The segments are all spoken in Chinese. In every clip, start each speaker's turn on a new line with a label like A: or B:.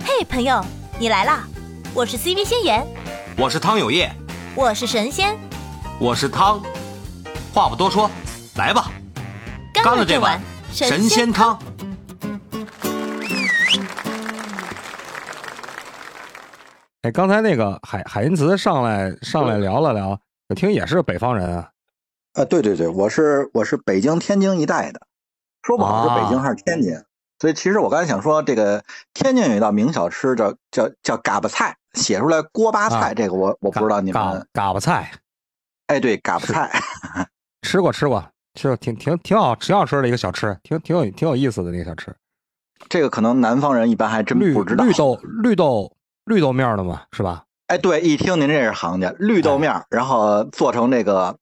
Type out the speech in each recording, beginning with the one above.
A: 嘿，朋友，你来啦！我是 CV 仙言，
B: 我是汤有业，
A: 我是神仙，
B: 我是汤。话不多说，来吧，干了这碗神仙汤。
C: 哎，刚才那个海海因茨上来上来聊了聊，我听也是北方人啊。
D: 啊，对对对，我是我是北京、天津一带的，说不好是北京还是天津。啊、所以其实我刚才想说，这个天津有一道名小吃叫叫叫嘎巴菜，写出来锅巴菜，啊、这个我我不知道你们
C: 嘎巴菜。
D: 哎，对，嘎巴菜，
C: 吃过吃过，吃过挺挺挺好，挺好吃的一个小吃，挺挺有挺有意思的那个小吃。
D: 这个可能南方人一般还真不知道。
C: 绿豆绿豆绿豆面的嘛，是吧？
D: 哎，对，一听您这是行家，绿豆面，哎、然后做成这个。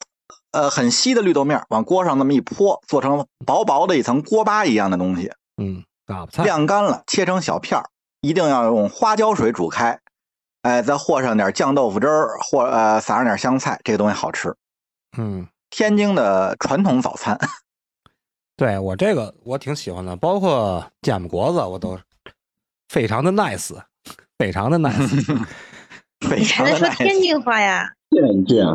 D: 呃，很稀的绿豆面往锅上那么一泼，做成薄薄的一层锅巴一样的东西。
C: 嗯，嘎巴
D: 晾干了，切成小片儿，一定要用花椒水煮开。哎，再和上点酱豆腐汁儿，或呃撒上点香菜，这个东西好吃。
C: 嗯，
D: 天津的传统早餐。
C: 对我这个我挺喜欢的，包括煎饼果子，我都非常的 nice，非常的 nice。
D: 非常的 nice。
E: 说天津话呀？
F: 这 样。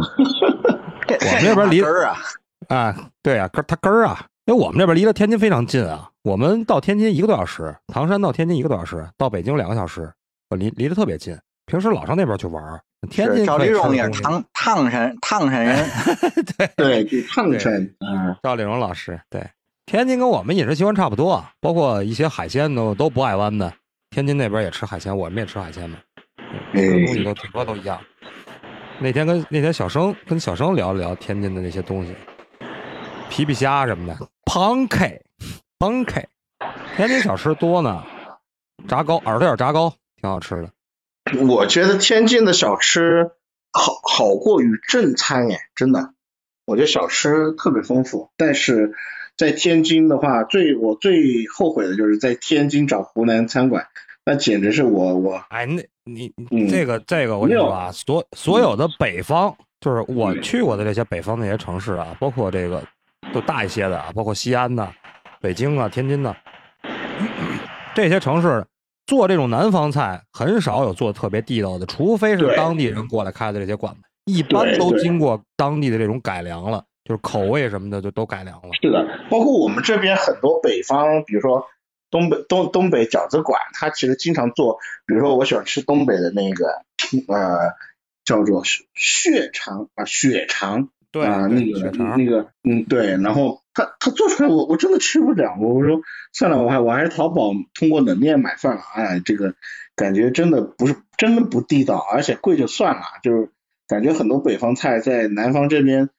C: 我们这边离
D: 啊，
C: 啊，对啊，根它根儿啊，因为我们这边离着天津非常近啊，我们到天津一个多小时，唐山到天津一个多小时，到北京两个小时，我离离得特别近。平时老上那边去玩，天津
D: 赵丽蓉也是唐唐山唐山人，
C: 对
F: 对，唐山
D: 嗯
F: 啊，
C: 赵丽蓉老师，对，天津跟我们饮食习惯差不多，包括一些海鲜都都不爱弯的，天津那边也吃海鲜，我们也吃海鲜嘛，
F: 嗯、
C: 东西都挺多都一样。那天跟那天小生跟小生聊了聊天津的那些东西，皮皮虾什么的，pancake，pancake，天津小吃多呢，炸糕耳朵眼炸糕挺好吃
F: 的。我觉得天津的小吃好好过于正餐哎，真的，我觉得小吃特别丰富。但是在天津的话，最我最后悔的就是在天津找湖南餐馆。那简直是我我
C: 哎，那你
F: 嗯
C: 这个这个我跟你说啊，所所有的北方，就是我
F: 嗯
C: 去过的这些北方那些城市啊，包括这个都大一些的啊，包括西安呐、啊、北京啊、天津呐、啊，这些城市做这种南方菜很少有做的特别地道的，除非是当地人过来开的这些馆子，一般都经过当地的这种改良了，就是口味什么的就都改良了。
F: 是的，包括我们这边很多北方，比如说。东北东东北饺子馆，它其实经常做，比如说我喜欢吃东北的那个呃叫做血肠啊血肠，
C: 对
F: 啊、呃、那个那个嗯对，然后他他做出来我我真的吃不了，我说算了，我还我还是淘宝通过冷链买算了，哎这个感觉真的不是真的不地道，而且贵就算了，就是感觉很多北方菜在南方这边，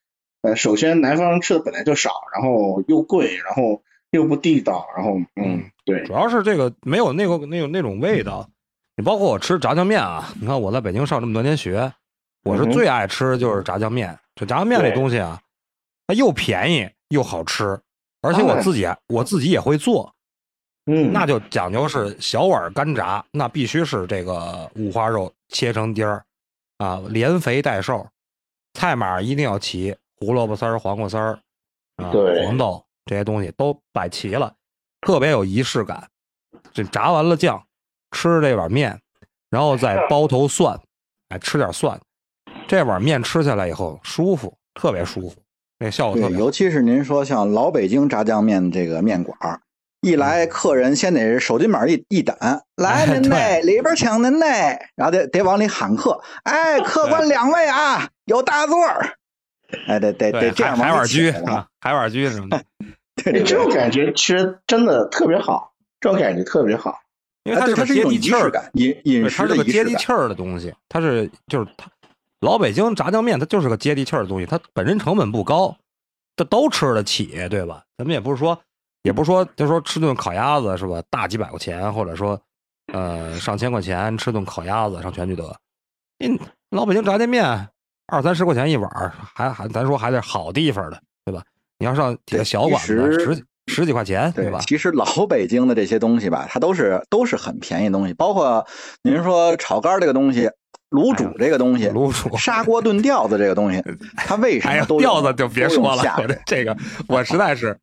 F: 呃首先南方吃的本来就少，然后又贵，然后。又不地道，然后嗯，对，
C: 主要是这个没有那个那个那种味道。你包括我吃炸酱面啊，你看我在北京上这么多年学，我是最爱吃就是炸酱面。这炸酱面这东西啊，它又便宜又好吃，而且我自己啊我自己也会做，
F: 嗯，
C: 那就讲究是小碗干炸，那必须是这个五花肉切成丁儿啊，连肥带瘦，菜码一定要齐，胡萝卜丝儿、黄瓜丝儿啊，黄豆。这些东西都摆齐了，特别有仪式感。这炸完了酱，吃这碗面，然后再包头蒜，哎，吃点蒜。这碗面吃下来以后舒服，特别舒服，那效果特别。
D: 尤其是您说像老北京炸酱面这个面馆儿，一
C: 嗯
D: 来客人先得手巾板一一掸， 来您内里边请您内，然后得得往里喊客，哎，客官两位啊，有大座儿。哎，得得得这样，
C: 海碗居啊，海碗居什么的，
D: 对对，
F: 这种感觉其实真的特别好，这种感觉特别好，
C: 因为它
D: 哎它
C: 是
D: 一
C: 种仪式
D: 感，饮饮食
C: 的接地
D: 气儿
C: 的东西，它是就是它老北京炸酱面，它就是个接地气儿的东西，它本身成本不高，这都吃得起，对吧？咱们也不是说，也不是说，就说吃顿烤鸭子是吧，大几百块钱，或者说呃上千块钱吃顿烤鸭子上全聚德，嗯，老北京炸酱面。二三十块钱一碗，还还咱说还得好地方的，对吧？你要上几个小馆子，十十几块钱，对吧？
D: 其实老北京的这些东西吧，它都是都是很便宜的东西，包括您说炒肝这个东西，
C: 哎
D: 卤煮这个东西，
C: 卤 煮
D: 砂锅炖吊子这 个东西，它为什
C: 哎
D: 么
C: 呀，
D: 都有
C: 调子就别说
D: 都有
C: 了，
D: 下
C: 我这这个我实在是，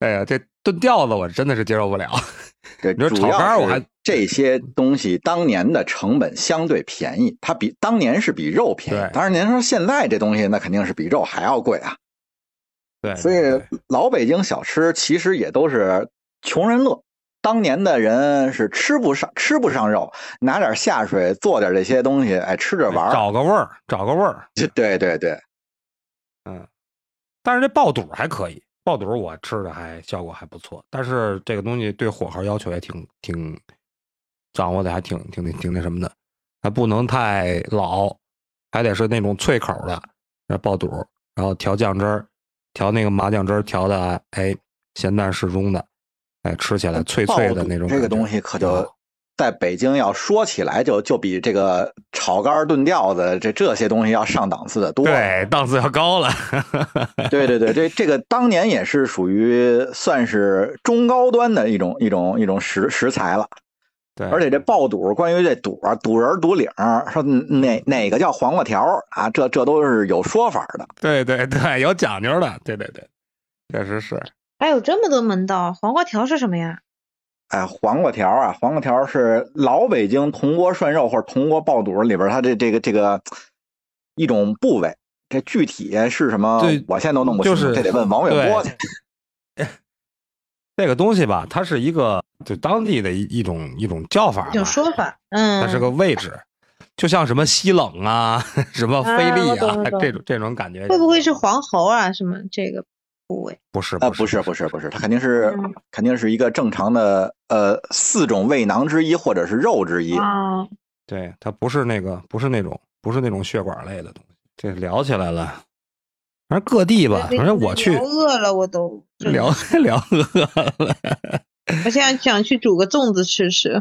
C: 哎呀，这炖调子我真的是接受不了。
D: 对，
C: 你说
D: 主
C: 炒
D: 要
C: 肝儿我
D: 是
C: 还
D: 这些东西当年的成本相对便宜，它比当年是比肉便宜
C: 对。
D: 当然您说现在这东西那肯定是比肉还要贵啊。
C: 对，
D: 所以
C: 对
D: 老北京小吃其实也都是穷人乐。当年的人是吃不上吃不上肉，拿点下水做点这些东西，哎，吃着玩儿。
C: 找个味儿，找个味儿。
D: 对对对，
C: 但是这爆肚还可以，爆肚我吃的还效果还不错，但是这个东西对火候要求也挺挺掌握的，还挺挺挺那什么的，还不能太老，还得是那种脆口的那爆肚，然后调酱汁儿，调那个麻酱汁儿调的哎咸淡适中的，哎吃起来脆脆的那种感觉。
D: 这个东西可
C: 嗯
D: 就在北京要说起来就就比这个炒肝儿炖吊子这这些东西要上档次的多。
C: 对档次要高了，
D: 对对对，这这个当年也是属于算是中高端的一种一种一种食食材了。
C: 对，
D: 而且这爆肚，关于这肚啊，肚仁儿、肚领儿，说哪哪个叫黄瓜条儿啊，这这都是有说法的。
C: 对对对有讲究的，对对对，确实是。
E: 还有这么多门道，黄瓜条是什么呀？
D: 哎，黄瓜条啊，黄瓜条是老北京铜锅涮肉或者铜锅爆肚里边儿它这这个这个一种部位，这具体是什么
C: 对，
D: 我现在都弄不清
C: 就
D: 楚，
C: 是
D: 这得问王伟波去。
C: 这个东西吧，它是一个就当地的一一种一种叫法吧，
E: 一种说法，嗯，
C: 它是个位置，就像什么西冷啊、 什么菲力
E: 啊我
C: 啊
E: 懂我懂
C: 这种这种感觉，
E: 会不会是黄喉啊？什么这个部位？
C: 不是
D: 啊，
C: 不
D: 不
C: 是
D: 是不是不是，它肯定是
E: 嗯
D: 肯定是一个正常的呃四种胃囊之一或者是肉之一。
E: 啊，
C: 对，它不是那个不是那种不是那种血管类的东西。这聊起来了，反正各地吧，
E: 那
C: 反正我去
E: 聊饿了我都真的
C: 聊聊 饿了，
E: 我现在想去煮个粽子吃吃。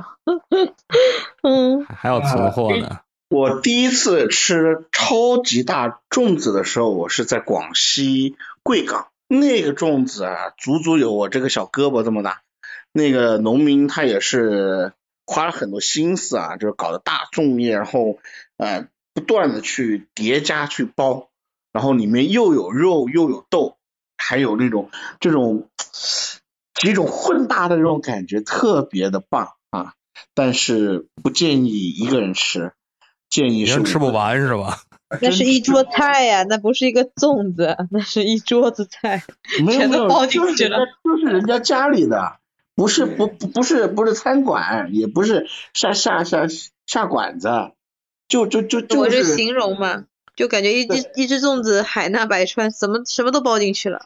E: 嗯，
C: 还有存货
D: 啊
C: 呢。
F: 我第一次吃超级大粽子的时候，我是在广西贵港，那个粽子啊，足足有我这个小胳膊这么大。那个农民他也是花了很多心思啊，就是搞的大粽叶，然后呃不断的去叠加去包，然后里面又有肉又有豆，还有那种这种几种混搭的这种感觉，特别的棒啊！但是不建议一个人吃，建议
C: 别
F: 是
C: 人吃不完是吧？
E: 那是一桌菜呀、那不是一个粽子，那是一桌子菜。
F: 没有
E: 全
F: 没
E: 都
F: 有，
E: 包
F: 就是
E: 进去了
F: 人家就是人家家里的，不是不不不是不是餐馆，也不是下下下下馆子，就就就
E: 我
F: 就
E: 这
F: 是
E: 形容嘛，就感觉一只一只粽子海纳百川，什么什么都包进去了。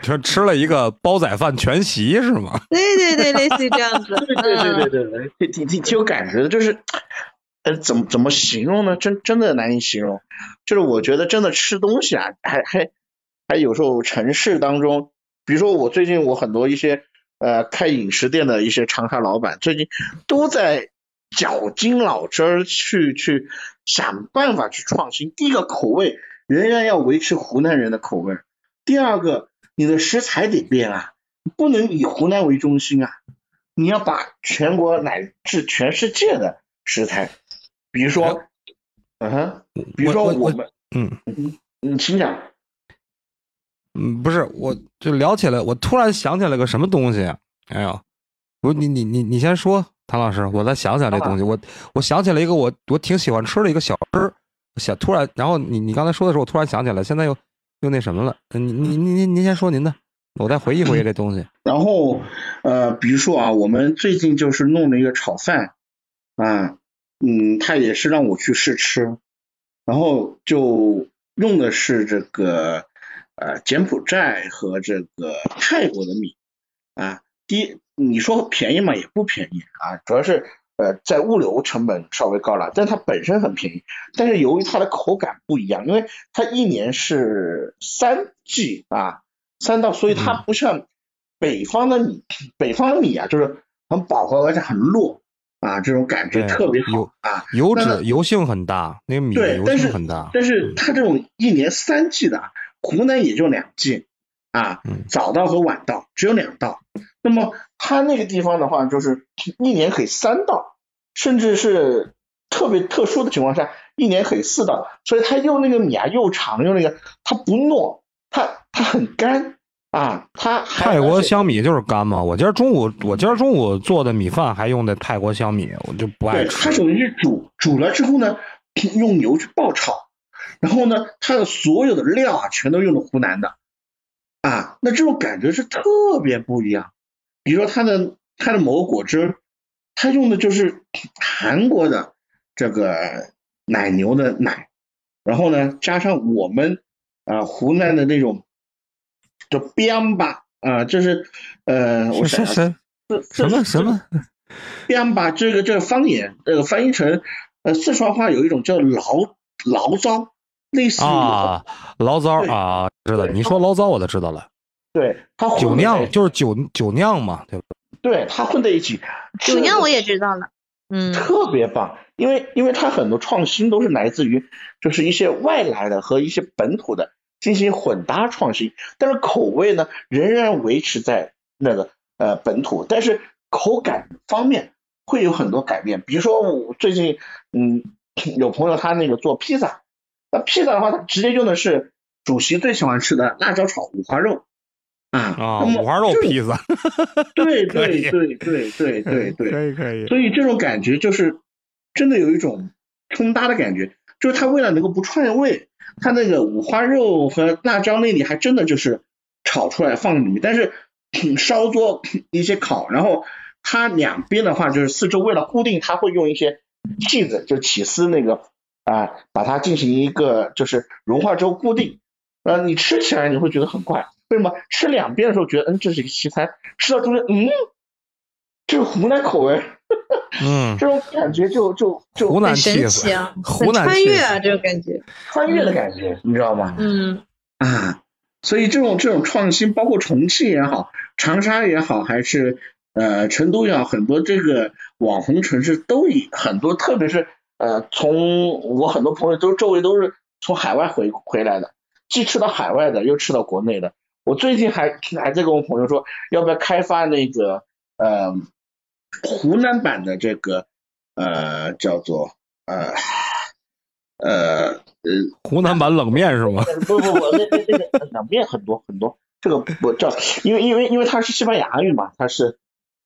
C: 就吃了一个煲仔饭全席是吗？
E: 对对对，类似于这样子。
F: 对对
E: 嗯，
F: 对对对，挺挺挺有感觉的，就是，呃，怎么怎么形容呢？真真的难以形容。就是我觉得真的吃东西啊，还还还有时候城市当中，比如说我最近我很多一些呃开饮食店的一些长沙老板，最近都在绞尽脑汁儿去去想办法去创新。第一个口味仍然要维持湖南人的口味儿，第二个你的食材得变啊，不能以湖南为中心啊。你要把全国乃至全世界的食材，比如说，嗯哼，比如说
C: 我我
F: 我们，
C: 嗯，
F: 你请讲，
C: 嗯，不是，我就聊起来，我突然想起来个什么东西，哎呦，我你你你你先说，谭老师，我再想想这东西，我我想起来一个我我挺喜欢吃的一个小吃儿，我想突然，然后你你刚才说的时候，我突然想起来，现在又又那什么了，呃你你你您您先说您的，我再回忆回忆这东西，
F: 然后呃，比如说啊，我们最近就是弄了一个炒饭啊，嗯，他也是让我去试吃，然后就用的是这个呃柬埔寨和这个泰国的米啊，第一你说便宜嘛也不便宜啊，主要是呃在物流成本稍微高了，但它本身很便宜，但是由于它的口感不一样，因为它一年是三季啊，三到，所以它不像北方的米，北方的米啊就是很饱和而且很糯啊，这种感觉
C: 对
F: 特别好
C: 有
F: 啊。
C: 油
F: 那
C: 脂油性很大，那个米的
F: 对，
C: 油
F: 但
C: 性
F: 是
C: 很大，
F: 但是它这种一年三季的，啊湖南也就两季啊
C: 嗯，
F: 早稻和晚稻只有两稻。那么它那个地方的话，就是一年可以三稻，甚至是特别特殊的情况下，一年可以四道，所以他又那个米啊又长又那个，它不糯，它它很干啊，它还
C: 泰国香米就是干嘛？我今儿中午我今儿中午做的米饭还用的泰国香米，我就不爱
F: 对，它
C: 吃。
F: 属于是煮，煮了之后呢，用油去爆炒，然后呢，它的所有的料啊，全都用的湖南的，啊，那这种感觉是特别不一样。比如说它的它的某个果汁，它用的就是韩国的这个奶牛的奶，然后呢，加上我们啊、湖南的那种叫边吧啊，这是呃，我想想
C: 什什么什么？
F: 便把这个这个方言呃翻译成呃四川话有一种叫醪醪糟，类似于
C: 啊，醪糟
F: 对
C: 啊，知道。
F: 对
C: 你说醪糟，我就知道了。
F: 对它混
C: 酒
F: 在
C: 酿就是酒酒酿嘛，对吧？
F: 对它混在一起，
E: 酒酿
F: 这个
E: 我也知道了， 嗯，
F: 特别棒，因为因为它很多创新都是来自于就是一些外来的和一些本土的进行混搭创新，但是口味呢仍然维持在那个呃本土，但是口感方面会有很多改变。比如说我最近嗯有朋友他那个做披萨，那披萨的话他直接用的是主席最喜欢吃的辣椒炒五花肉啊，
C: 啊，
F: 那么
C: 五花肉
F: 这
C: 披萨，
F: 对
C: 可以
F: 对对对对对对，
C: 以可以。
F: 所以这种感觉就是真的有一种冲搭的感觉，就是它为了能够不串味，它那个五花肉和辣椒那里还真的就是炒出来放里面，但是嗯稍作嗯一些烤，然后它两边的话就是四周为了固定，它会用一些剂子，就起司那个啊，把它进行一个就是融化之后固定，呃，你吃起来你会觉得很怪，为什么？吃两边的时候觉得嗯这是一个西餐，吃到中间嗯这是湖南口味。
C: 嗯，
F: 这种感觉就就就
C: 湖南
E: 很神
C: 气
E: 奇
C: 死，
E: 啊，
C: 湖
E: 很
C: 南
E: 穿
C: 气
E: 越啊，
C: 死。
E: 这种感觉，
F: 穿越的感觉，你知道吗？
E: 嗯，
F: 啊，所以这种这种创新，包括重庆也好，长沙也好，还是呃成都也好，很多这个网红城市都以很多，特别是呃从我很多朋友都周围都是从海外回回来的，既吃到海外的，又吃到国内的。我最近还还在跟我朋友说，要不要开发那个呃湖南版的这个呃叫做呃呃
C: 湖南版冷面是吗？
F: 不不不，那那那个呃两面很多很多，这个不叫，因为因为因为它是西班牙语嘛，它是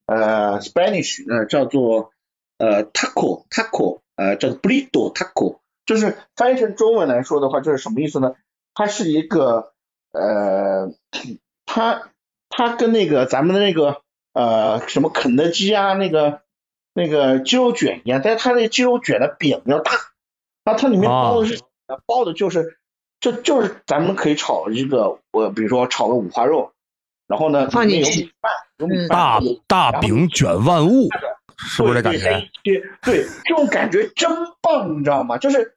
F: 呃 Spanish 呃叫做呃 taco taco 呃叫做 burrito taco，就是翻译成中文来说的话，就是什么意思呢？它是一个呃，它它跟那个咱们的那个呃什么肯德基啊那个那个鸡肉卷一样，但是它那鸡肉卷的饼要大，然后它里面包的是、包的就是就就是咱们可以炒一个我比如说炒个五花肉，然后呢
E: 放
F: 里面
E: 进
F: 有
E: 去
F: 米饭有米
E: 嗯
C: 大
F: 饭有
C: 大饼卷万物，是不是这感觉？
F: 对，对对这种感觉真棒，你知道吗？就是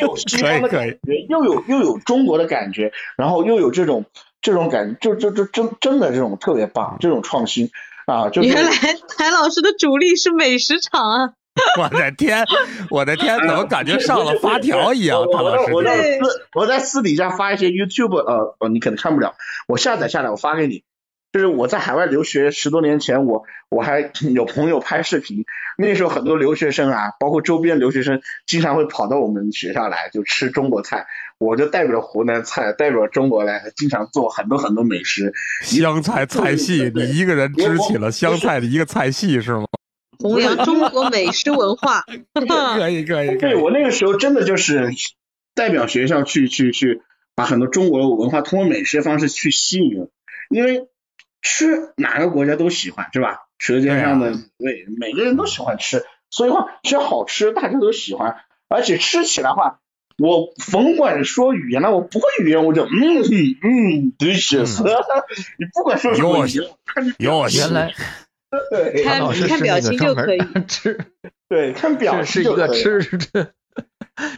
F: 又有西方的
C: 可
F: 感
C: 以
F: 觉，又有又有中国的感觉，然后又有这种这种感觉，就就就真真的这种特别棒，这种创新啊，就是
E: 原来谭老师的主力是美食场啊，
C: 我的天，我的天，怎么感觉上了发条一样
F: 我？
C: 谭
F: 我
C: 老
F: 在我
C: 师，
F: 在私我在私底下发一些 YouTube，呃呃，你可能看不了，我下载下来我发给你。就是我在海外留学十多年前，我我还 有朋友拍视频，那时候很多留学生啊，包括周边留学生，经常会跑到我们学校来就吃中国菜，我就代表湖南菜，代表中国来，经常做很多很多美食。
C: 香菜菜系，你一个人支起了香菜的一个菜系 是吗？
E: 弘扬中国美食文 化，
C: 可以可以可
F: 对
C: 以，
F: 我那个时候真的就是代表学校去去去把很多中国文化通过美食方式去吸引人，因为吃哪个国家都喜欢是吧？舌尖上的美味，每个人都喜欢吃，所以话只要好吃，大家都喜欢，而且吃起来话。我甭管说语言了，我不会语言，我就嗯嗯，delicious。你不管说什么语言，我看你
C: 哟，
G: 原来
F: 对
E: 看
G: 韩老师
E: 看
G: 是
E: 表
G: 那个
E: 情
G: 专
E: 就可以
G: 门 吃，
F: 对，看表
G: 是是
F: 情
G: 一
F: 就
G: 个
F: 可以
G: 吃是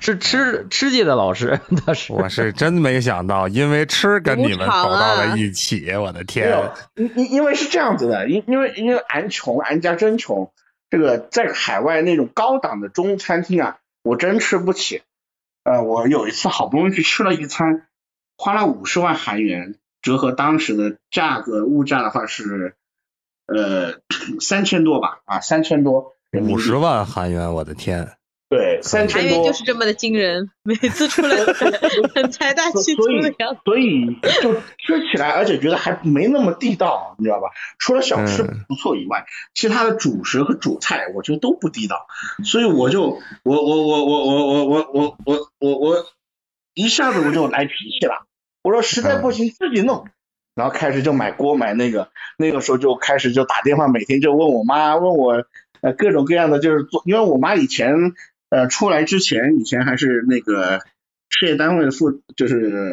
G: 是吃吃界的老师，他是
C: 我是真没想到，因为吃跟你们走到
E: 啊
C: 了一起，我的
F: 没
C: 天！啊
F: 有，因因因为是这样子的，因因为因为俺穷，俺家真穷，这个在海外那种高档的中餐厅啊，我真吃不起。呃，我有一次好不容易去吃了一餐，花了五十万韩元，折合当时的价格物价的话是，呃，三千多吧，啊，三千多人民
C: 五
F: 币
C: 十万韩元，我的天！
F: 对，三
E: 裁
F: 千
E: 员
F: 多
E: 就，是这么的惊人，每次出来 很财大气粗的样子。
F: 所以就吃起来，而且觉得还没那么地道，你知道吧？除了小吃
G: 嗯
F: 不错以外，其他的主食和主菜我觉得都不地道，所以我就我我我我我我我我我我我一下子我就来脾气了，我说实在不行自己弄。然后开始就买锅买那个，那个时候就开始就打电话，每天就问我妈，问我呃各种各样的，就是做，因为我妈以前呃出来之前，以前还是那个事业单位负，就是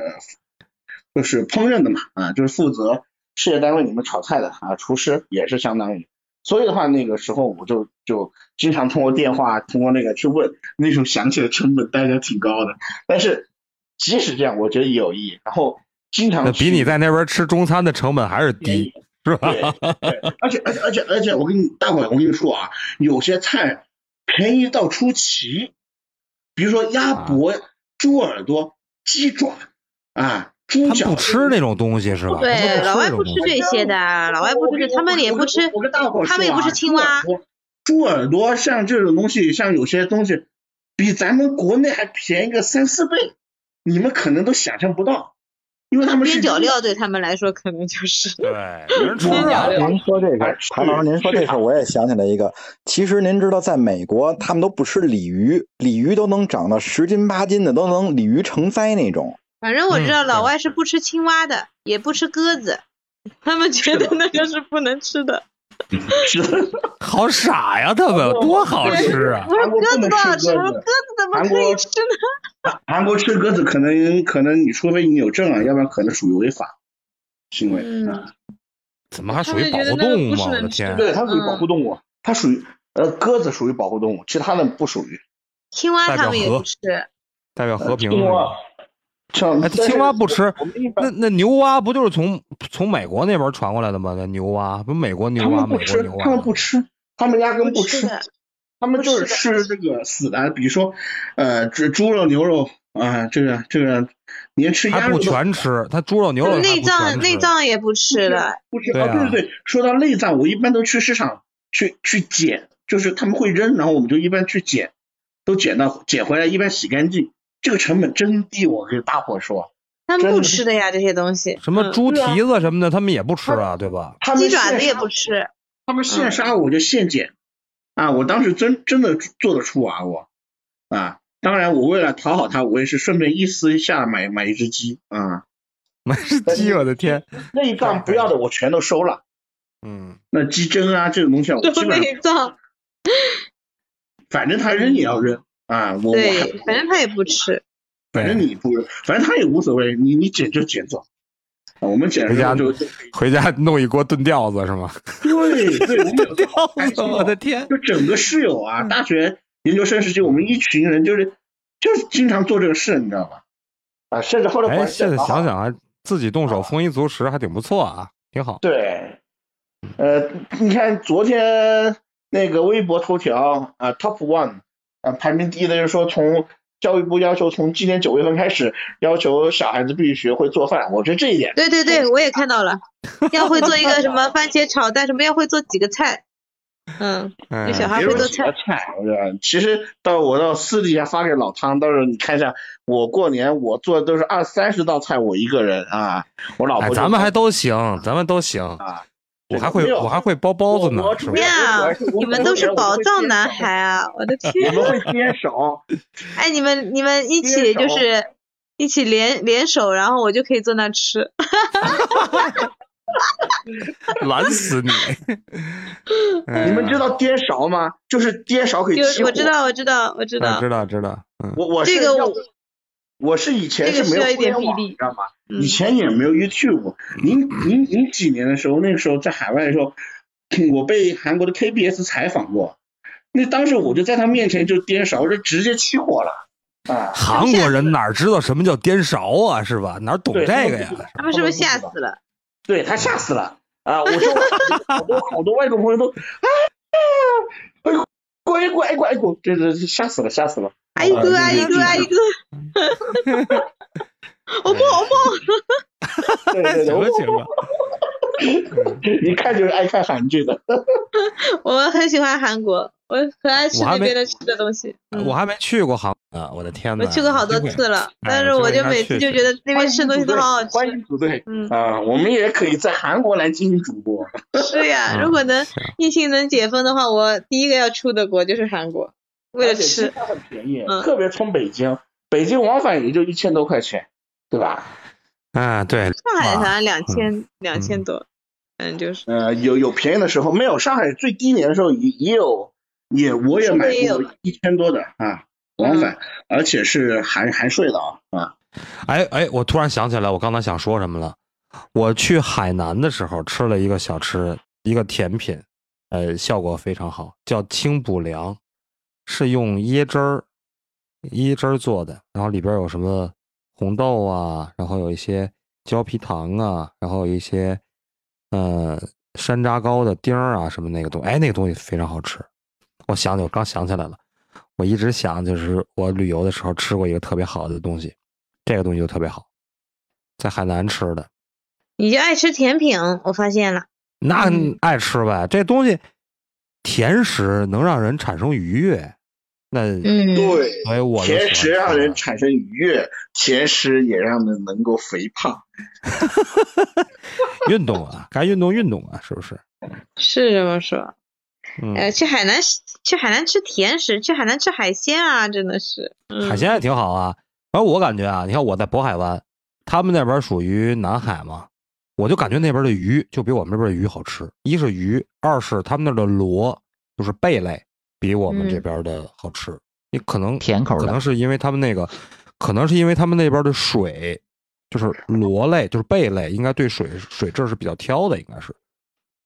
F: 就是烹饪的嘛，啊，就是负责事业单位里面炒菜的啊，厨师也是相当于。所以的话，那个时候我就就经常通过电话，通过那个去问，那时候想起来成本代价挺高的，但是即使这样，我觉得也有意义。然后经常
C: 那比
F: 去
C: 你在那边吃中餐的成本还是低，是吧？
F: 对，对，而且而且而且而且，我跟你大伙，我跟你说啊，有些菜便宜到出奇，比如说鸭
C: 啊
F: 脖、猪耳朵、鸡爪啊，猪
C: 他们
F: 脚。
C: 不吃那种东西是吧？他们
E: 对，老外
C: 不
E: 不
C: 吃
E: 吃
C: 这种东
E: 这
C: 西
E: 些的，啊老外不吃这，他们也不吃
F: 我跟大伙，啊
E: 他们也不吃青蛙。。
F: 猪耳朵像这种东西，像有些东西比咱们国内还便宜个三四倍，你们可能都想象不到，因为 他们是
E: 边角料对他们来说可能就是
C: 对，没人吃
E: 我
C: 啊。
D: 您说这个，谭老师，您说这事儿，我也想起来一个。其实您知道，在美国，他们都不吃鲤鱼，鲤鱼都能长到十斤八斤的，都能鲤鱼成灾那种。
E: 反正我知道
C: 嗯
E: 老外是不吃青蛙的，也不吃鸽子，他们觉得那就是不能吃的。
F: 吃的。
C: 好傻呀，他们多好吃啊！
E: 不是
F: 韩国
E: 鸽
F: 不
E: 子
F: 能
E: 多好
F: 吃
E: 吃，
F: 鸽
E: 我说
F: 子
E: 鸽子怎么
F: 韩
E: 可以
F: 国
E: 吃呢？
F: 韩国吃鸽子可能可能你除非你有证啊，要不然可能属于违法行为。
E: 嗯
F: 啊
C: 怎么还属于保护动物吗？我
E: 他们觉得那个不是
C: 的
E: 能吃
C: 天！
F: 对，它属于保护动物，嗯它属于呃鸽子属于保护动物，其他的不属于。
E: 青蛙他们也不吃，
C: 代表和平是
F: 青蛙
C: 吗？，
F: 像
C: 哎，青蛙不吃
F: 我们一，般
C: 那那牛蛙不就是从从美国那边传过来的吗？那牛蛙不美国牛
F: 他
C: 蛙，
F: 们
C: 美
F: 不
C: 国
F: 吃
C: 牛，蛙，
F: 他们不吃，他们压根
E: 不
F: 不
E: 吃
F: 吃
E: 的，
F: 他们就是吃这个死的，比如说呃猪猪肉、牛肉啊，这个这个连吃鸭
C: 还
F: 肉
C: 不
F: 都
C: 全吃，它猪肉牛肉它
E: 内
C: 不全
E: 脏
C: 吃
E: 内脏也不吃的，
F: 不吃
C: 对
F: 啊，
C: 啊
F: 对对对，说到内脏，我一般都去市场去去捡，就是他们会扔，然后我们就一般去捡，都捡到捡回来，一般洗干净，这个成本真低，我跟大伙说，
E: 他们不
F: 真的
E: 吃的呀这些东西。
C: 什么
E: 嗯
C: 猪蹄子什么的，他们也不吃啊，对吧？
F: 他们
E: 鸡爪
F: 现
E: 子也
F: 杀
E: 不，嗯吃，
F: 他们现杀我就现捡，啊，我当时真真的做得出啊，我啊，当然我为了讨好他，我也是顺便一丝一下买买一只鸡啊，
C: 买只鸡，我的天！
F: 内脏不要的我全都收了，
C: 嗯，
F: 那鸡胗啊这种东西啊我基
E: 都
F: 本上
E: 内脏，
F: 反正他扔也要扔啊，我我还
E: 对，反正他也不吃。
F: 反正你不，反正他也无所谓，你你捡就捡走。啊，我们捡的时候就就
C: 回家弄一锅炖吊子是 吗？
F: 对对，我们有时候好开心
C: 我的
F: 哦。
C: 天！
F: 就整个室友啊，
C: 嗯
F: 大学研究生时期，我们一群人就是就是经常做这个事，你知道吧？啊，甚至后来
C: 哎，
F: 关系
C: 现在
F: 好
C: 想想啊，自己动手丰衣足食还挺不错啊，挺好。
F: 对，呃，你看昨天那个微博头条啊，Top One 啊，排名第一的就是说，从教育部要求从今年九月份开始，要求小孩子必须学会做饭。我觉得这一点
E: 对对对，我也看 到了，要会做一个什么番茄炒蛋，什么要会做几个菜，嗯，
C: 嗯
E: 有，小孩
F: 哎别
E: 会
F: 说
E: 做
F: 几个
E: 菜，
F: 菜，我觉得其实到我到私底下发给老汤，到时候你看一下，我过年我做的都是二三十道菜，我一个人啊，我老
C: 哎，
F: 婆就
C: 咱们还都行，咱们都行。
F: 啊，
C: 我还
F: 没
C: 会
F: 有
C: 我还会包包子呢
F: 我，
C: 是吧
F: 我？
E: 天啊，你们都是宝藏男孩啊！我的
F: 我
E: 天，
F: 们会 煎手，
E: 哎，你们你们一起就是一起联联手，然后我就可以坐那吃。
C: 懒死 你！哎
F: 你们知道颠勺吗？就是颠勺可以
E: 就
F: 起火。
E: 我知，道，我知道，我知
C: 嗯
E: 道
C: 知，道知道，嗯，
F: 我我是
E: 这个
F: 要
E: 我
F: 我是以前是没
E: 这个需要
F: 有
E: 一
F: 互
E: 点
F: 联网，
E: 臂力
F: 你知道
E: 嗯
F: 吗？以前也没有 YouTube。零零零几年的时候，那个时候在海外的时候，我被韩国的 KBS 采访过，那当时我就在他面前就颠勺，就直接起火了啊！
C: 韩国人哪知道什么叫颠勺啊，是吧？哪懂这
F: 对
C: 个呀？？
E: 他们是不是吓死
F: 了？
E: 了？
F: 对他吓死了啊！我说好多好多外国朋友都啊，哎呦，乖乖乖乖，这这这吓死了吓死了！
E: 阿姨哥，阿姨哥，阿姨哥， 我不，我不，
F: 对
C: 什
F: 对对，
C: 么
F: 我
C: 情况？
F: 一看就是爱看韩剧的。
E: 我很喜欢韩国，我很爱吃
C: 我还
E: 那
C: 没
E: 边的吃的东西。嗯
C: 我还没去过杭啊，我的天呐，
E: 我去过好多
C: 有机会
E: 次了，
C: 哎
E: 但是
C: 有机
E: 我
C: 会
E: 就
C: 应该
E: 每
C: 去
E: 次就觉得那边吃的东西都好好
F: 欢
E: 吃。
F: 迎组队
E: 嗯，
F: 啊！我们也可以在韩国来进行主播。
E: 是呀，如果能
C: 是啊
E: 疫情能解封的话，我第一个要出的国就是韩国，为了
F: 而且机
E: 吃。
F: 票很便宜，
E: 嗯
F: 特别从北京，北京往返也就一千多块钱，对吧？
C: 啊，对，
E: 上海好像两
C: 嗯
E: 千两千多，反正就是
F: 呃，有有便宜的时候，没有上海最低廉的时候也也有，也我也
E: 是不
F: 买
E: 是也有嗯
F: 过一千多的啊，往返，而且是含含税的啊啊，
C: 哎哎，我突然想起来，我刚才想说什么了。我去海南的时候吃了一个小吃，一个甜品，呃，效果非常好，叫清补凉，是用椰汁儿、椰汁儿做的，然后里边有什么红豆啊，然后有一些胶皮糖啊，然后有一些呃山楂糕的丁儿啊什么那个东西，哎，那个东西非常好吃。我想起，我刚想起来了，我一直想就是我旅游的时候吃过一个特别好的东西，这个东西就特别好，在海南吃的，
E: 你就爱吃甜品，我发现了。
C: 那
E: 嗯
C: 爱吃呗。这东西甜食能让人产生愉悦，那
E: 嗯，
F: 对
C: 所以我就喜欢
F: 甜食让
C: 吃啊
F: 人产生愉悦，甜食也让人能够肥胖。
C: 运动啊，该运动运动啊，是不是？
E: 是这么说。
C: 嗯，
E: 呃，去海南吃去海南吃甜食，去海南吃海鲜啊，真的是。嗯
C: 海鲜也挺好啊。然后我感觉啊，你看我在渤海湾，他们那边属于南海嘛，我就感觉那边的鱼就比我们这边的鱼好吃。一是鱼，二是他们那儿的螺，就是贝类，比我们
E: 嗯
C: 这边的好吃。你可能
G: 甜口
C: 可能
G: 的，
C: 是因为他们那个，可能是因为他们那边的水，就是螺类，就是贝类，应该对水水质是比较挑的，应该是。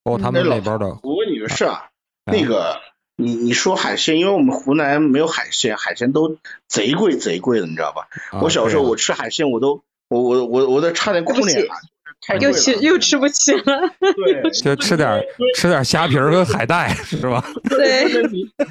C: 包括他们
F: 那老
C: 那边的，
F: 我问你个事
C: 啊
F: 儿，啊那个你你说海鲜，因为我们湖南没有海鲜，海鲜都贼贵贼贵的，你知道吧？
C: 啊
F: 我小时候
C: 对啊
F: 我吃海鲜，我都我我我我都差点哭脸了，太贵
E: 又
F: 了。 啊
E: 吃又吃不起了，
F: 对，
C: 就吃点儿吃点儿虾皮儿跟海带是 吧？
E: 对，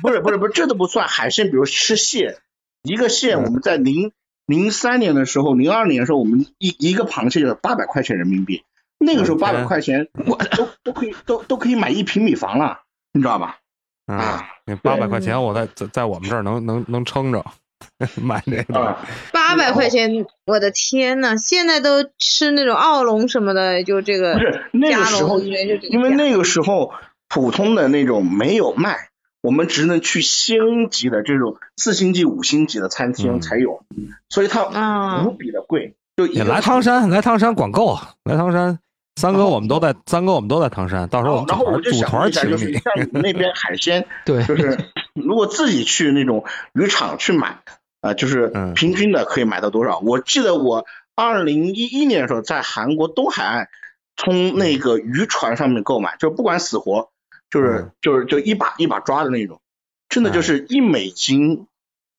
F: 不是不是不是，这都不算海鲜，比如吃蟹，一个蟹
E: 嗯
F: 我们在零零三年的时候，零二年的时候，我们一一个螃蟹就是八百块钱人民币，那
E: 嗯
F: 个时候八百块钱我都都可以都都可以买一平米房了，你知道吧？
C: 啊
E: 嗯
F: 啊，
C: 那八百块钱我在在在我们这儿能能能撑着 买这个，
F: 啊，
E: 八百块钱，我的天呐，现在都吃那种奥龙什么的，就这个
F: 不是那个
E: 加
F: 时
E: 龙
F: 候，
E: 应该就这个
F: 因为
E: 价
F: 那个时候普通的那种没有卖，我们只能去星级的这种四星级、五星级的餐
C: 嗯
F: 厅才有，所以它
E: 啊
F: 无，比的贵。就一
C: 也
F: 个
C: 来
F: 螃
C: 唐山来唐山管够，来唐山。三哥，
F: 然后
C: 我们都在三哥，我们都在唐山，到时候我们
F: 然
C: 组
F: 后
C: 团
F: 我就
C: 组
F: 想
C: 团
F: 问一下，
C: 请
F: 就是
C: 你。
F: 像你们那边海鲜，
G: 对，
F: 就是 如果自己去那种渔场去买，啊，就是
C: 嗯
F: 平均的可以买到多少？我记得我二零一一年的时候在韩国东海岸从
C: 嗯
F: 那个渔船上面购买，就不管死活，就是
C: 嗯
F: 就是就一把一把抓的那种，真的就是一美金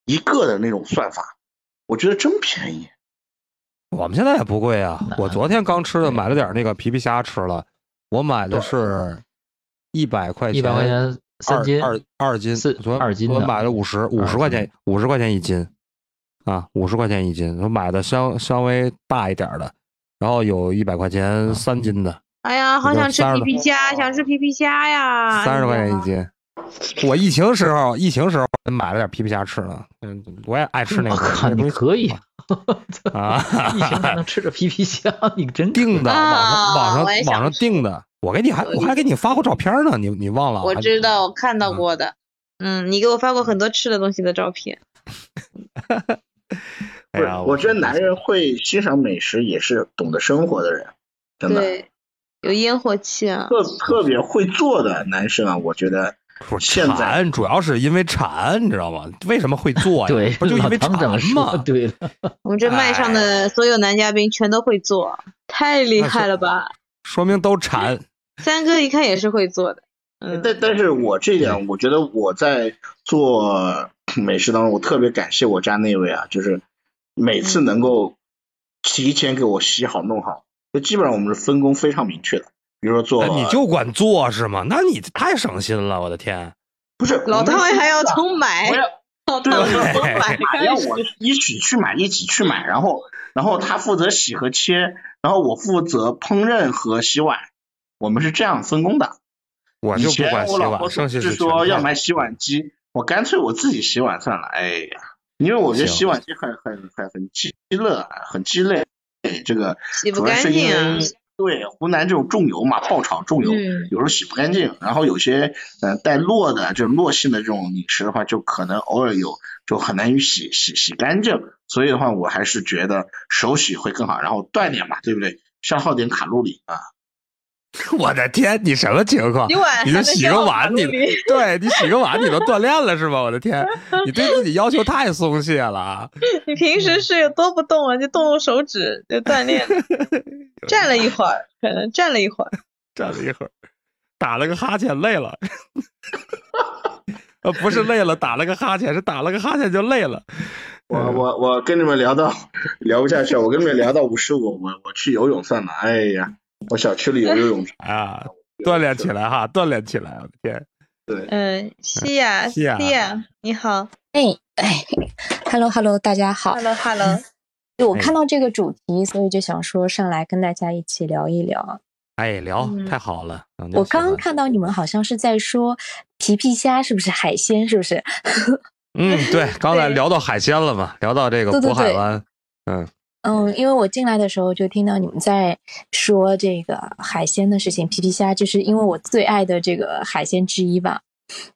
F: 一个的那种算法，我觉得真便宜。
C: 我们现在也不贵啊，我昨天刚吃的，买了点那个皮皮虾吃了，我买的是一百块钱，
G: 一百块钱三
C: 二
G: 斤，
C: 二二斤，
G: 四
C: 昨天
G: 二斤
C: 我
G: 的
C: 买了五十五十块钱，五十块钱一斤啊，五十块钱一斤，我买的稍稍微大一点儿的，然后有一百块
G: 嗯
C: 钱三斤的，
E: 哎呀，好想吃
C: 30
E: 皮皮虾，想吃皮皮虾呀，
C: 三十
E: 你
C: 块
E: 知
C: 钱
E: 道
C: 一
E: 吗。
C: 斤。我疫情时候，疫情时候买了点皮皮虾吃了，嗯，我也爱吃那
G: 我
C: 个东西，
G: 靠，
C: 那东
G: 你
C: 西
G: 可以，
C: 啊，
G: 疫情还能吃着皮皮虾，你真可以
C: 订的，网上
E: 啊
C: 网上
E: 我也想
C: 网上订的，我给你还我还给你发过照片呢，你你忘了？
E: 我
C: 还
E: 知道，我看到过的。嗯，你给我发过很多吃的东西的照片。
C: 哎呀，
F: 我觉得男人会欣赏美食，也是懂得生活的人，真的。
E: 对，有烟火气啊。
C: 哎
F: 特特别会做的男生啊，我觉得
C: 不是
F: 现在
C: 馋，主要是因为馋，你知道吗？为什么会 做呀？
G: 对，
C: 不就因
G: 老
C: 为馋
G: 唐怎么说？
C: 吗？
G: 对了，
E: 我们这麦上的所有男嘉宾全都会做，太厉害了吧！
C: 说明都馋。
E: 三哥一看也是会做的。嗯，
F: 但但是我这点，我觉得我在做 美食当中，我特别感谢我家那位啊，就是每次能够提前给我洗好弄好，就基本上我们是分工非常明确的。比如说做，
C: 哎你就管做是吗？那你太省心了，我的天！
F: 不是
E: 老汤还要从买
F: 我，要
E: 老
F: 对
E: 汤
F: 我
E: 要
F: 要
E: 从
F: 我
E: 买
F: 买，要我一起去买，一起去买，然后然后他负责洗和切，然后我负责烹饪和洗碗，我们是这样分工的。
C: 我
F: 以
C: 就不
F: 前
C: 管洗
F: 我老
C: 碗，
F: 婆
C: 剩下
F: 是
C: 是
F: 说
C: 全
F: 要
C: 看
F: 买洗碗机，我干脆我自己洗碗算了。哎呀，因为我觉得
G: 行
F: 洗碗机很很很很鸡肋，啊很鸡肋。这个
E: 洗不
F: 主要
E: 干
F: 是因
E: 净啊
F: 为。对湖南这种重油嘛，爆炒重油，
E: 嗯
F: 有时候洗不干净。然后有些呃带落的这种落性的这种饮食的话，就可能偶尔有，就很难于洗洗洗干净。所以的话，我还是觉得手洗会更好，然后锻炼嘛，对不对？消耗点卡路里啊。
C: 我的天，你什么情况
E: 洗？碗
H: 嗯
C: 你
E: 还
C: 就
E: 能
C: 洗
E: 消
C: 个
E: 耗卡
C: 碗，
E: 路
C: 你
E: 里
C: 对你洗个碗，你都锻炼了是吧？我的天，你对自己要求太松懈了啊！
E: 你平
H: 嗯
E: 时是有多不动啊？就动动手指，就锻 炼，站了一会儿，可能站了一会儿。
C: 站了一会儿，打了个哈欠，累了。 呃，不是累了，打了个哈欠，是打了个哈欠就累了。，
F: 我我我跟你们聊到聊不下去了，我跟你们聊到五十五，我我去游泳算了。哎呀，我小区里有游泳池
C: 啊，锻炼起来哈，锻炼起来！我的天，
F: 对，
E: 嗯，西 亚，
C: 西亚
E: 亚，你好
H: 哎哎，Hello Hello，大 家好。嗯
E: ，Hello Hello，
H: 对我
C: 哎
H: 看到这个主题，所以就想说上来跟大家一起聊一聊。
C: 哎，聊
E: 嗯
C: 太好了。嗯
H: 我刚刚，看到你们好像是在说皮皮虾是不是海鲜，是不是？
C: 嗯，对， 刚才
E: 对
C: 聊到海鲜了嘛，聊到这个
H: 对对
C: 渤海
H: 对
C: 湾，
H: 嗯，因为我进来的时候就听到你们在说这个海鲜的事情，皮皮虾就是因为我最爱的这个海鲜之一吧。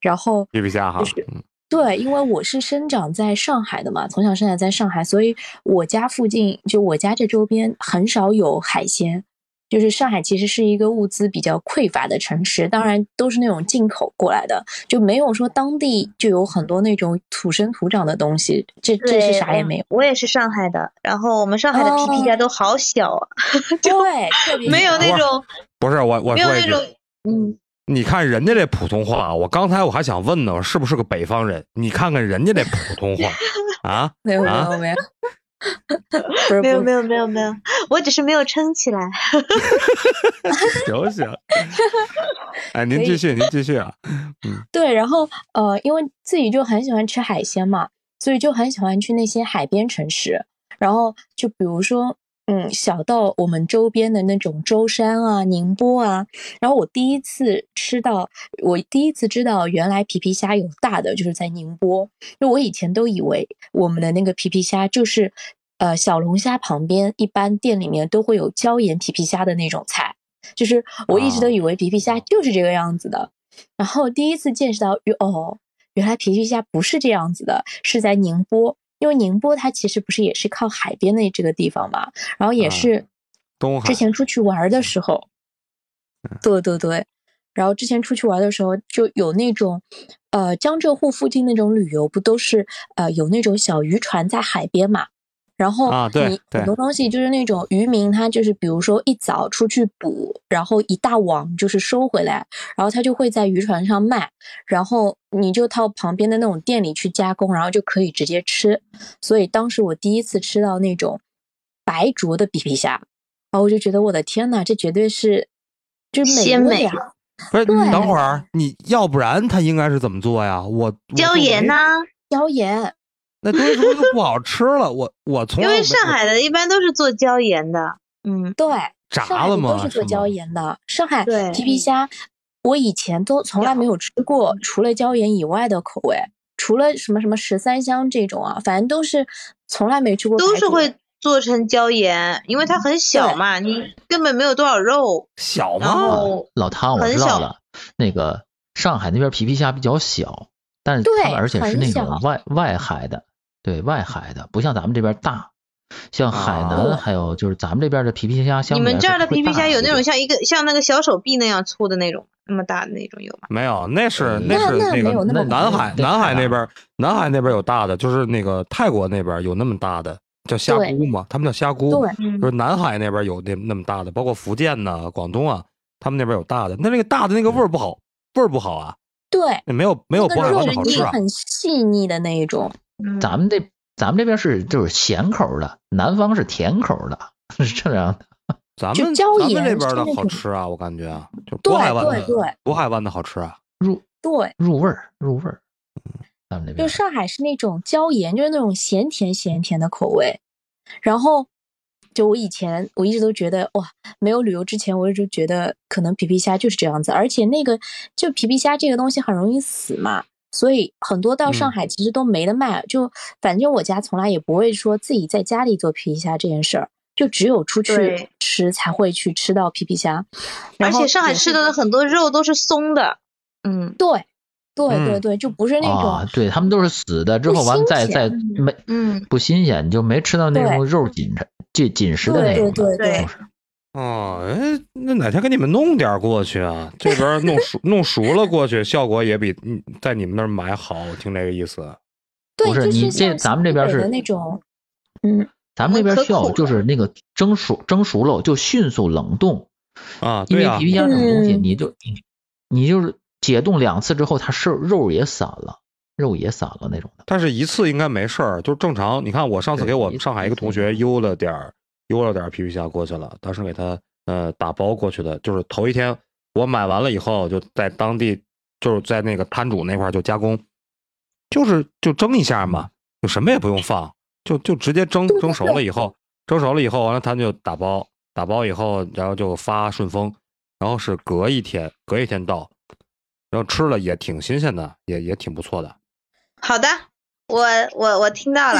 H: 然后
C: 皮皮虾哈，嗯
H: 对，因为我是生长在上海的嘛，从小生长在上海，所以我家附近就我家这周边很少有海鲜。就是上海其实是一个物资比较匮乏的城市，当然都是那种进口过来的，就没有说当地就有很多那种土生土长的东西，这这是啥也 没有。哦
E: 我也是上海的，然后我们上海的皮皮虾都好小啊，
H: 对，特别
E: 没有那种，
C: 不是我，我
E: 没有
C: 说一
E: 那
C: 句，
E: 种，嗯，
C: 你看人家这普通话，啊我刚才我还想问呢，我是不是个北方人？你看看人家这普通 话啊，
H: 没有没
C: 啊
H: 有没有， 不是
E: 没有
H: 不
E: 没
F: 嗯
H: 是，
E: 有没有没有，我只是没有撑起来。
H: 嗯
C: 行 行，哎，您
H: 可以
C: 继续，您继续啊，
H: 对，然后呃，因为自己就很喜欢吃海鲜嘛，所以就很喜欢去那些海边城市。然后就比如说，嗯，小到我们周边的那种舟山啊、宁波啊。然后我第一次吃到，我第一次知道原来皮皮虾有大的，就是在宁波。就我以前都以为我们的那个皮皮虾就是，呃，小龙虾旁边一般店里面都会有椒盐皮皮虾的那种菜，就是我一直都以为皮皮虾就是这个样子的。然后第一次见识到，哟哦，原来皮皮虾不是这样子的，是在宁波，因为宁波它其实不是也是靠海边的这个地方嘛，然后也
C: 啊
H: 是
C: 东海嗯
H: 之前出去玩儿的时候，对对对，然后之前出去玩儿的时候就有那种，呃，江浙沪附近那种旅游不都是呃有那种小渔船在海边嘛，然后
C: 啊对
H: 你
C: 对
H: 很多东西就是那种渔民他就是比如说一早出去捕，然后一大网就是收回来，然后他就会在渔船上卖，然后你就到旁边的那种店里去加工，然后就可以直接吃。所以当时我第一次吃到那种白灼的皮皮虾，然后我就觉得我的天呐，这绝对是就是美
E: 鲜
H: 味
E: 美
H: 呀、
C: 不是，
H: 对
C: 等会儿你要不然他应该是怎么做呀？我我
E: 椒
C: 就
E: 盐
C: 没
E: 呐、
H: 椒盐。
C: 那东西是不是就不好吃了？我我从
E: 因
C: 来
E: 为
C: 没
E: 上海的一般都是做椒盐的，嗯，
H: 对，
C: 炸
H: 上海
C: 了
H: 的
C: 吗
H: 都是做
C: 是
H: 椒
C: 吗
H: 盐的。上海
E: 对
H: 皮皮虾，我以前都从来没有吃过
E: 嗯
H: 除了椒盐以外的口味，除了什么什么十三香这种啊，反正都是从来没吃过白灼
E: 都
H: 的。
E: 是会做成椒盐，因为它很小嘛，你根本没有多少肉，
C: 小
E: 然
C: 吗？
E: 后
G: 老汤，我
E: 很
G: 知道
E: 小
G: 了，那个上海那边皮皮虾比较小，但是
H: 对
G: 它们而且是
H: 很
G: 那
H: 小
G: 种外外海的，对外海的，不像咱们这边大。像海
C: 啊
G: 南，还有就是咱们这边的皮皮虾，相
E: 你
G: 对
E: 们
G: 来
E: 这
G: 说
E: 儿的
G: 会
E: 皮皮
G: 大
E: 虾
G: 一
E: 有那
G: 点
E: 种像一个像那个小手臂那样粗的那种，那么大的那种有吗？
C: 没有，那是
G: 那
C: 是
H: 嗯那
C: 那
H: 没有
C: 个
H: 那么
C: 南
G: 大
C: 海
G: 对
C: 南海
G: 太大
C: 那边南海那边有大的，就是那个泰国那边有那么大的叫虾
H: 对
C: 菇嘛，他们叫虾菇。
H: 对，
E: 嗯
C: 就是南海那边有那那么大的，包括福建呐、广东啊，他们那边有大的。那那个大的那个味儿不好，味儿不好啊，
H: 对，
C: 没有没有
H: 那
C: 渤
H: 个
C: 海
H: 肉
C: 湾的好
H: 质
C: 吃啊。
H: 很细腻的那一种。
E: 嗯
G: 咱们这咱们这边是就是咸口的，南方是甜口的，是这样的。
C: 咱
H: 就
C: 们咱
H: 椒
C: 们
H: 盐
C: 那边的
H: 是那
C: 好
H: 种
C: 吃啊，我感觉啊，就
H: 对
C: 渤海湾
H: 对
C: 的
H: 对
C: 渤海湾的好吃啊。
G: 入
H: 对，
G: 入味儿，入味儿。咱们这
H: 就
G: 边
H: 上海是那种椒盐，就是那种咸甜咸甜的口味，然后就我以前我一直都觉得哇，没有旅游之前，我一直觉得可能皮皮虾就是这样子，而且那个就皮皮虾这个东西很容易死嘛，所以很多到
G: 嗯
H: 上海其实都没得卖。就反正我家从来也不会说自己在家里做皮皮虾这件事儿，就只有出去
E: 对
H: 吃才会去吃到皮皮虾。然
E: 而
H: 后
E: 且上海
H: 也是
E: 吃的很多肉都是松的，嗯
H: 对对对
C: 嗯
H: 对，就不是那种、
G: 啊，对他们都是死的，之
H: 不
G: 后完了
H: 新
G: 再
H: 鲜
G: 再没
E: 嗯，
G: 不新鲜，你就没吃到那种肉紧实紧紧实的那
H: 对
G: 种的。
H: 对对
E: 对
G: 都是
C: 哦，哎，那哪天给你们弄点儿过去啊？这边儿弄熟弄熟了过去，效果也比嗯在你们那儿买好。我听这个意思，啊
H: 对，
G: 不是
H: 就
G: 你这
H: 像
G: 咱们这
H: 西
G: 边
H: 北
G: 是
H: 的那种，嗯，
G: 咱们
E: 我
G: 那边
E: 可
G: 需要
E: 苦
G: 就是那个蒸熟蒸熟肉就迅速冷冻，
C: 啊，对
G: 因为
C: 呀、
G: 皮皮虾这种东西，
H: 嗯
G: 你就你你就是解冻两次之后，它是肉也散了，肉也散了那种的。
C: 但是一次应该没事儿，就是正常。你看，我上次嗯
G: 对
C: 给我
G: 一
C: 们
G: 次
C: 上海一个
G: 一次
C: 同学邮了点儿，邮了点儿皮皮虾过去了，当时给他呃打包过去的，就是头一天我买完了以后，就在当地就是在那个摊主那块儿就加工，就是就蒸一下嘛，就什么也不用放，就就直接 蒸蒸熟了以后，蒸熟了以后完了他就打包，打包以后然后就发顺丰，然后是隔一天隔一天到，然后吃了也挺新鲜的，也也挺不错的。
E: 好的，我我我听到 了，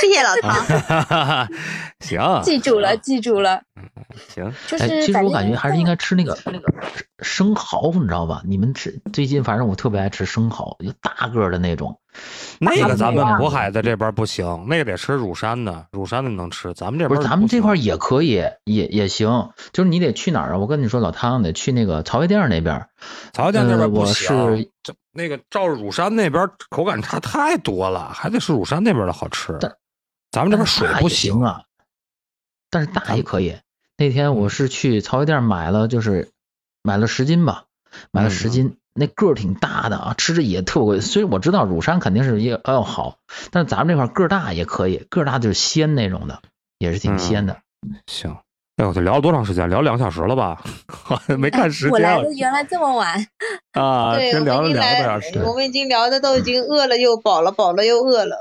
E: 谢谢老唐。
C: 啊， 行，啊
H: 记住了，记住了，
C: 行，
H: 就
G: 啊哎，
H: 是
G: 其实
H: 反
G: 我
H: 正
G: 感觉还是应
H: 在
G: 该吃那个那个生蚝，你知道吧？你们吃最近反正我特别爱吃生蚝，就大个儿的那种。
C: 那个咱们
G: 大白
C: 渤海在这边不行，那个得吃乳山的，乳山的能吃，咱们这
G: 不
C: 边
G: 是，咱们这块儿
C: 行
G: 也可以，也也行，就是你得去哪儿啊？我跟你说，老汤得去那个曹家店儿那边儿，
C: 曹家店那
G: 呃
C: 边不
G: 我
C: 行，
G: 是
C: 这那个照着乳山那边口感差太多了，还得是乳山那边的好吃
G: 但。
C: 咱们这边水
G: 大
C: 不
G: 嗯也行啊，但是大也可以。那天
C: 嗯
G: 我是去曹家店儿买了，就是买了十斤吧，买了
C: 嗯
G: 十
C: 嗯
G: 斤，那个儿挺大的啊，吃着也特贵。虽然我知道乳山肯定是要要好，但是咱们这块儿个儿大也可以，个儿大就是鲜那种的，也是挺
C: 嗯
G: 鲜的。
C: 行，哎呦，这聊了多长时间？聊两个小时了吧？没看时
H: 我
C: 间
H: 来的原来这 么晚，
C: 啊，
E: 对，
C: 先聊
E: 我
C: 了
E: 们已经
C: 两个多小
E: 来，
C: 时。
E: 我们已经聊的都已经饿了又饱了，饱了又饿了。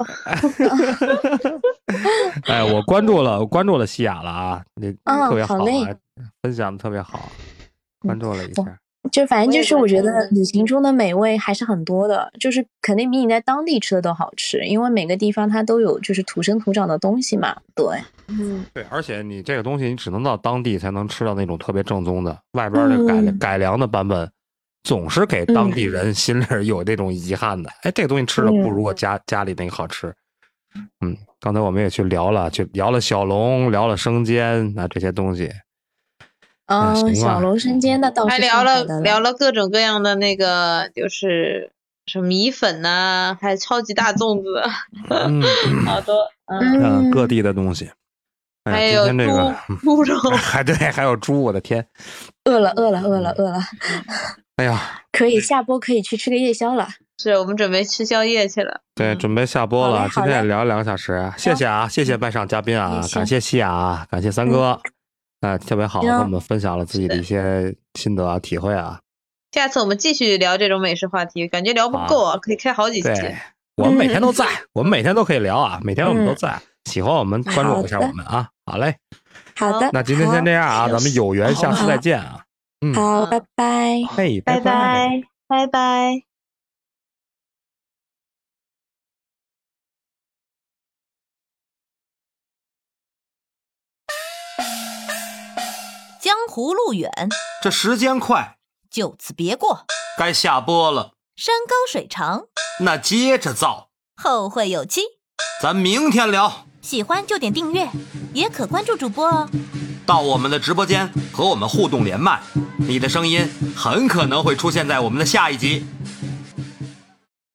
C: 哎，我关注了，我关注了西雅了啊，你
H: 嗯
C: 特别
H: 好
C: 好
H: 嘞嗯
C: 啊，分享的特别好，关注了一
H: 我
C: 下。
H: 就反正
E: 我
H: 就
E: 也
H: 是
E: 在
H: 我觉
E: 想
H: 得
E: 着
H: 旅行中的美味还是很多的，就是肯定比你在当地吃的都好吃，因为每个地方它都有就是土生土长的东西嘛。对，嗯，
C: 对，而且你这个东西，你只能到当地才能吃到那种特别正宗的，外边儿的改、
H: 嗯
C: 改良的版本，总是给当
E: 嗯
C: 地人 心里儿有这种遗憾的。哎，这个东西吃了不如我家、家里那个好吃。嗯，刚才我们也去聊了，去聊了小龙，聊了生煎啊这些东 西。
G: 啊
H: 嗯，
C: 行吧
H: 小龙生煎那倒
E: 还
H: 是
E: 哎聊
H: 上海
E: 了
H: 的
E: 聊了各种各样的那个，就是什么米粉呐、还有超级大粽子，
C: 嗯，
E: 好多，嗯，
C: 嗯，
H: 嗯，
C: 各地的东西。
E: 还
C: 哎呀，
E: 有
C: 今天这个，
E: 猪猪肉，
C: 还对，还有猪，我的天！
H: 饿了饿了饿
C: 嗯
H: 了饿了，
C: 哎呀，
H: 可以下播可以去吃个夜宵了。
E: 是我们准备吃宵夜去了。
C: 对，
E: 嗯
C: 准备下播
H: 好
C: 了
H: 嘞，
C: 今
H: 好
C: 天也
H: 嘞嗯
C: 聊了两个小时，谢谢啊，谢谢拜上嘉宾啊
H: 也，行嗯
C: 感谢西雅啊，感谢三哥，啊，特别好，
H: 行
C: 跟我们分享了自己的一些心得啊、体会啊。
E: 下次我们继续聊这种美食话题，感觉聊不够啊，可以开好几期。
C: 对，我们每天都在，我们每天都可以聊啊，每天我们都
H: 嗯
C: 在，喜欢我们关注一下
H: 好的
C: 我们啊。好嘞，
H: 好的，
C: 那今天先这样啊，咱们有缘下次再见啊。嗯，
H: 好，拜拜。
C: 嘿，
E: 拜
C: 拜。
E: 拜，拜拜。
A: 江湖路远，
B: 这时间快，
A: 九次别过。
B: 该下播了，
A: 山高水长，
B: 那接着造，
A: 后会有期。
B: 咱明天聊。
A: 喜欢就点订阅，也可关注主播哦。
B: 到我们的直播间和我们互动连麦，你的声音很可能会出现在我们的下一集。